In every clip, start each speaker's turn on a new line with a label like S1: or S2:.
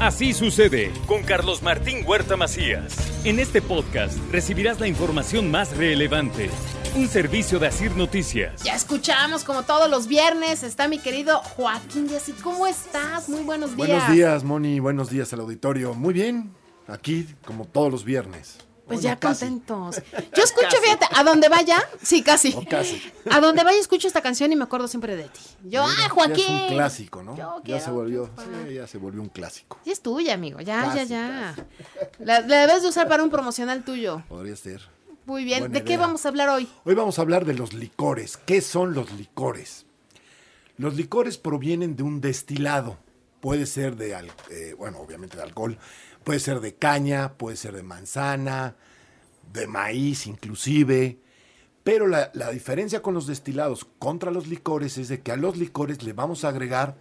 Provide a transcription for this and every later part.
S1: Así sucede con Carlos Martín Huerta Macías. En este podcast recibirás la información más relevante. Un servicio de Asir Noticias.
S2: Ya escuchamos, como todos los viernes, está mi querido Joaquín Yassi. ¿Cómo estás? Muy buenos días.
S3: Buenos días, Moni. Buenos días al auditorio. Muy bien, aquí como todos los viernes.
S2: Pues
S3: Bueno,
S2: ya
S3: casi.
S2: contentos. Yo escucho, fíjate, a donde vaya, sí, casi.
S3: O Oh, casi.
S2: A donde vaya, escucho esta canción y me acuerdo siempre de ti. Yo,
S3: Bueno,
S2: ¡ah,
S3: Ya es un
S2: Joaquín!
S3: clásico, ¿no?
S2: Yo
S3: ya
S2: quiero
S3: se volvió,
S2: triunfar.
S3: sí, ya se volvió un clásico.
S2: Sí es tuya, amigo. Ya,
S3: Casi,
S2: ya, ya. La, la debes de usar para un promocional tuyo.
S3: Podría ser.
S2: Muy bien.
S3: Buena
S2: ¿De qué
S3: idea.
S2: vamos a hablar hoy?
S3: Hoy vamos a hablar de los licores. ¿Qué son los licores? Los licores provienen de un destilado. Puede ser de, al- eh, bueno, obviamente de alcohol. Puede ser de caña, puede ser de manzana, de maíz inclusive. Pero la, la diferencia con los destilados contra los licores es de que a los licores le vamos a agregar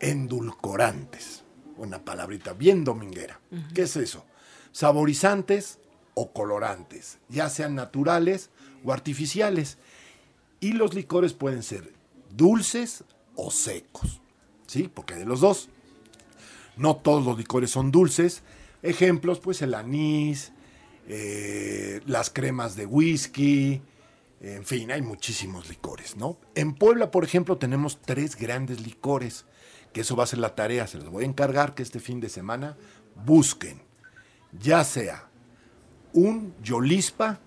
S3: endulcorantes. Una palabrita bien dominguera. ¿Qué es eso? Saborizantes o colorantes, ya sean naturales o artificiales. Y los licores pueden ser dulces o secos. ¿Sí? Porque hay de los dos. No todos los licores son dulces. Ejemplos, pues el anís, eh, las cremas de whisky, en fin, hay muchísimos licores, ¿no? En Puebla, por ejemplo, tenemos tres grandes licores, que eso va a ser la tarea, se los voy a encargar que este fin de semana busquen, ya sea un yolispa,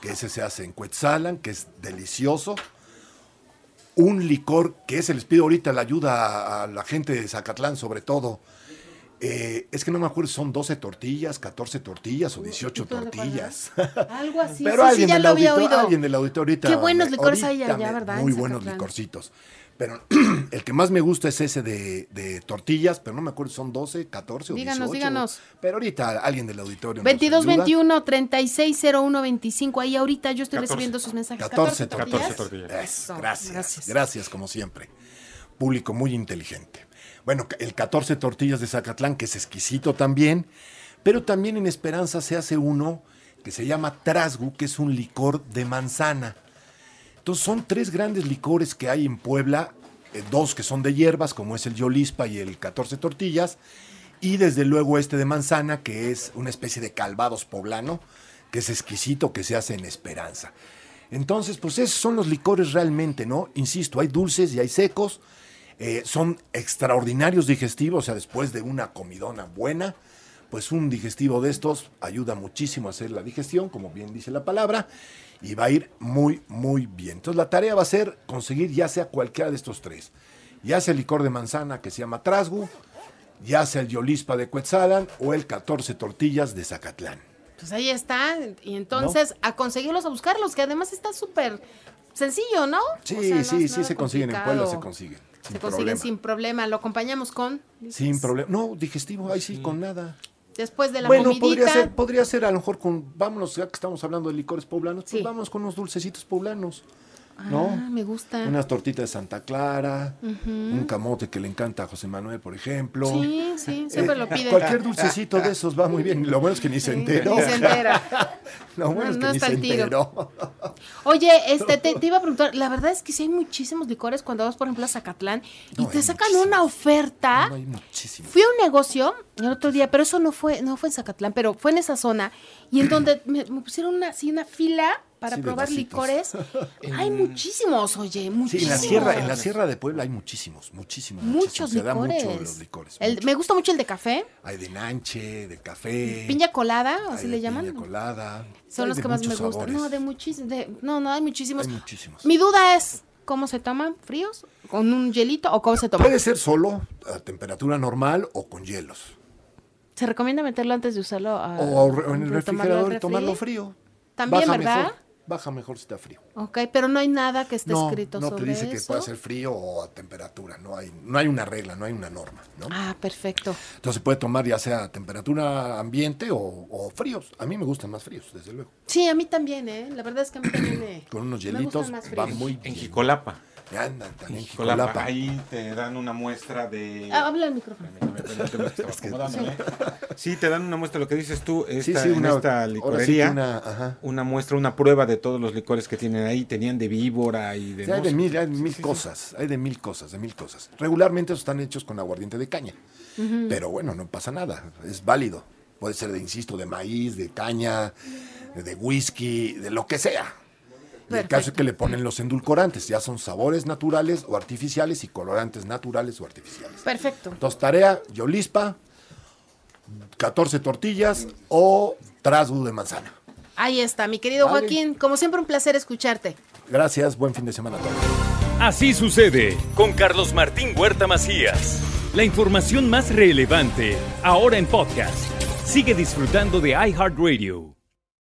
S3: que ese se hace en Cuetzalan, que es delicioso, un licor, que ese les pido ahorita la ayuda a, a la gente de Zacatlán sobre todo, eh, es que no me acuerdo si son 12 tortillas, 14 tortillas o 18
S2: ¿Tú te acuerdas?
S3: tortillas.
S2: Algo así.
S3: Pero
S2: sí, sí,
S3: alguien,
S2: ya
S3: del
S2: lo había
S3: auditorio,
S2: oído.
S3: alguien del auditorio ahorita.
S2: Qué buenos
S3: me-
S2: licores hay
S3: ahorita
S2: allá,
S3: me-
S2: ¿verdad?
S3: Muy
S2: En
S3: buenos
S2: Zacatlán.
S3: licorcitos. Pero el que más me gusta es ese de, de tortillas, pero no me acuerdo si son 12, 14 o
S2: Díganos,
S3: 18.
S2: díganos.
S3: Pero ahorita alguien del auditorio. nos ayuda.
S2: 2221 360125 Ahí ahorita yo estoy
S4: 14.
S2: recibiendo sus mensajes.
S3: 14
S2: tortillas.
S3: tortillas.
S4: 14 tortillas.
S3: Eso,
S2: Eso,
S3: gracias,
S2: gracias.
S3: gracias. como siempre. Público muy inteligente. Bueno, el 14 tortillas de Zacatlán, que es exquisito también. Pero también en Esperanza se hace uno que se llama Trasgu, que es un licor de manzana. Entonces son tres grandes licores que hay en Puebla, eh, dos que son de hierbas, como es el Yolispa y el 14 Tortillas, y desde luego este de manzana, que es una especie de calvados poblano, que es exquisito, que se hace en Esperanza. Entonces, pues esos son los licores realmente, ¿no? Insisto, hay dulces y hay secos, eh, son extraordinarios digestivos, o sea, después de una comidona buena, pues un digestivo de estos ayuda muchísimo a hacer la digestión, como bien dice la palabra, y va a ir muy, muy bien. Entonces la tarea va a ser conseguir ya sea cualquiera de estos tres, ya sea el licor de manzana que se llama Trasgu, ya sea el Yolispa de Cuetzalan o el 14 Tortillas de Zacatlán.
S2: Pues ahí está. Y entonces, a conseguirlos, a buscarlos, que además está súper sencillo, ¿no?
S3: Sí,
S2: O sea, no
S3: sí,
S2: es
S3: sí,
S2: nada
S3: se consiguen en Puebla, se
S2: complicado.
S3: consiguen.
S2: Se consiguen sin problema. Lo acompañamos con.
S3: Sin problema. No, digestivo, ahí sí, con nada.
S2: Después de la
S3: bueno,
S2: comidita.
S3: podría ser, podría ser a lo mejor con, vámonos, ya que estamos hablando de licores poblanos,
S2: Sí.
S3: pues vámonos con unos dulcecitos poblanos.
S2: Ah,
S3: ¿no?
S2: me gusta.
S3: Unas tortitas de Santa Clara, un camote que le encanta a José Manuel, por ejemplo.
S2: Sí, sí, siempre
S3: Eh,
S2: lo piden.
S3: Cualquier dulcecito de esos va muy bien. Lo bueno es que ni se
S2: Sí,
S3: enteró.
S2: ni se entera.
S3: Lo bueno es
S2: No,
S3: que
S2: no
S3: ni
S2: está
S3: se
S2: al tiro.
S3: enteró.
S2: Oye, este, te, te iba a preguntar, la verdad es que sí hay muchísimos licores cuando vas, por ejemplo, a Zacatlán y
S3: No,
S2: te
S3: hay
S2: sacan
S3: muchísimos.
S2: una oferta.
S3: No, hay muchísimo.
S2: Fui a un negocio el otro día, pero eso no fue, no fue en Zacatlán, pero fue en esa zona, y en donde me, me pusieron una, así una fila para
S3: Sí, de
S2: probar
S3: vasitos.
S2: licores. Hay muchísimos, oye,
S3: Sí,
S2: muchísimos.
S3: en la, sierra, en la Sierra de Puebla hay muchísimos, muchísimos.
S2: Muchos
S3: muchísimos. Se da
S2: licores.
S3: mucho los licores.
S2: El-
S3: mucho.
S2: me gusta mucho el de café,
S3: Hay de nanche, de café.
S2: piña colada,
S3: hay
S2: así
S3: de
S2: le llaman.
S3: Piña colada.
S2: Son
S3: Hay
S2: los
S3: de
S2: que más me
S3: muchos
S2: gustan. No,
S3: sabores.
S2: de muchísimos. No, no, hay muchísimos.
S3: Hay muchísimos.
S2: Mi duda es, ¿cómo se toman? ¿Fríos? ¿Con un hielito? ¿O cómo se toman?
S3: Puede ser solo a temperatura normal o con hielos.
S2: ¿Se recomienda meterlo antes de usarlo? ah,
S3: O re- en el
S2: de tomarlo al
S3: refrigerador y
S2: refri?
S3: tomarlo frío.
S2: También,
S3: Baja
S2: ¿verdad?
S3: Mejor, baja mejor si está frío.
S2: Ok, pero no hay nada que esté
S3: no,
S2: escrito
S3: no
S2: sobre
S3: te dice que
S2: eso.
S3: puede ser frío o a temperatura. No hay, no hay una regla, no hay una norma. ¿no?
S2: Ah, perfecto.
S3: Entonces puede tomar ya sea a temperatura ambiente o, o fríos. A mí me gustan más fríos, desde luego.
S2: Sí, a mí también, ¿eh? La verdad es que a mí también me.
S3: Con unos
S2: me
S3: hielitos
S2: gustan más
S3: va
S2: fríos.
S3: muy
S4: En
S3: bien.
S4: Jicolapa.
S3: Andan tan en
S4: Jolapa,
S3: Jicolapa.
S4: ahí te dan una muestra de.
S2: Ah, habla al micrófono.
S4: Permíteme, permíteme, estaba acomodándome. Sí, te dan una muestra, lo que dices tú,
S3: Sí,
S4: esta,
S3: sí, una,
S4: en esta
S3: ahora sí que
S4: licorería.
S3: una, ajá.
S4: una muestra, una prueba de todos los licores que tienen ahí. Tenían de víbora y de.
S3: Sí, hay de
S4: no sé.
S3: mil, hay de
S4: Sí,
S3: mil
S4: sí, sí.
S3: cosas, hay de mil cosas, de mil cosas. Regularmente están hechos con aguardiente de caña, pero bueno, no pasa nada, es válido. Puede ser de, insisto, de maíz, de caña, de whisky, de lo que sea. Y el caso es que le ponen los endulcorantes, ya son sabores naturales o artificiales y colorantes naturales o artificiales.
S2: Perfecto.
S3: Entonces, tarea, yolispa, 14 tortillas o trasgo de manzana.
S2: Ahí está, mi querido
S3: Vale.
S2: Joaquín. Como siempre, un placer escucharte.
S3: Gracias, buen fin de semana a todos.
S1: Así sucede con Carlos Martín Huerta Macías. La información más relevante ahora en podcast. Sigue disfrutando de iHeartRadio.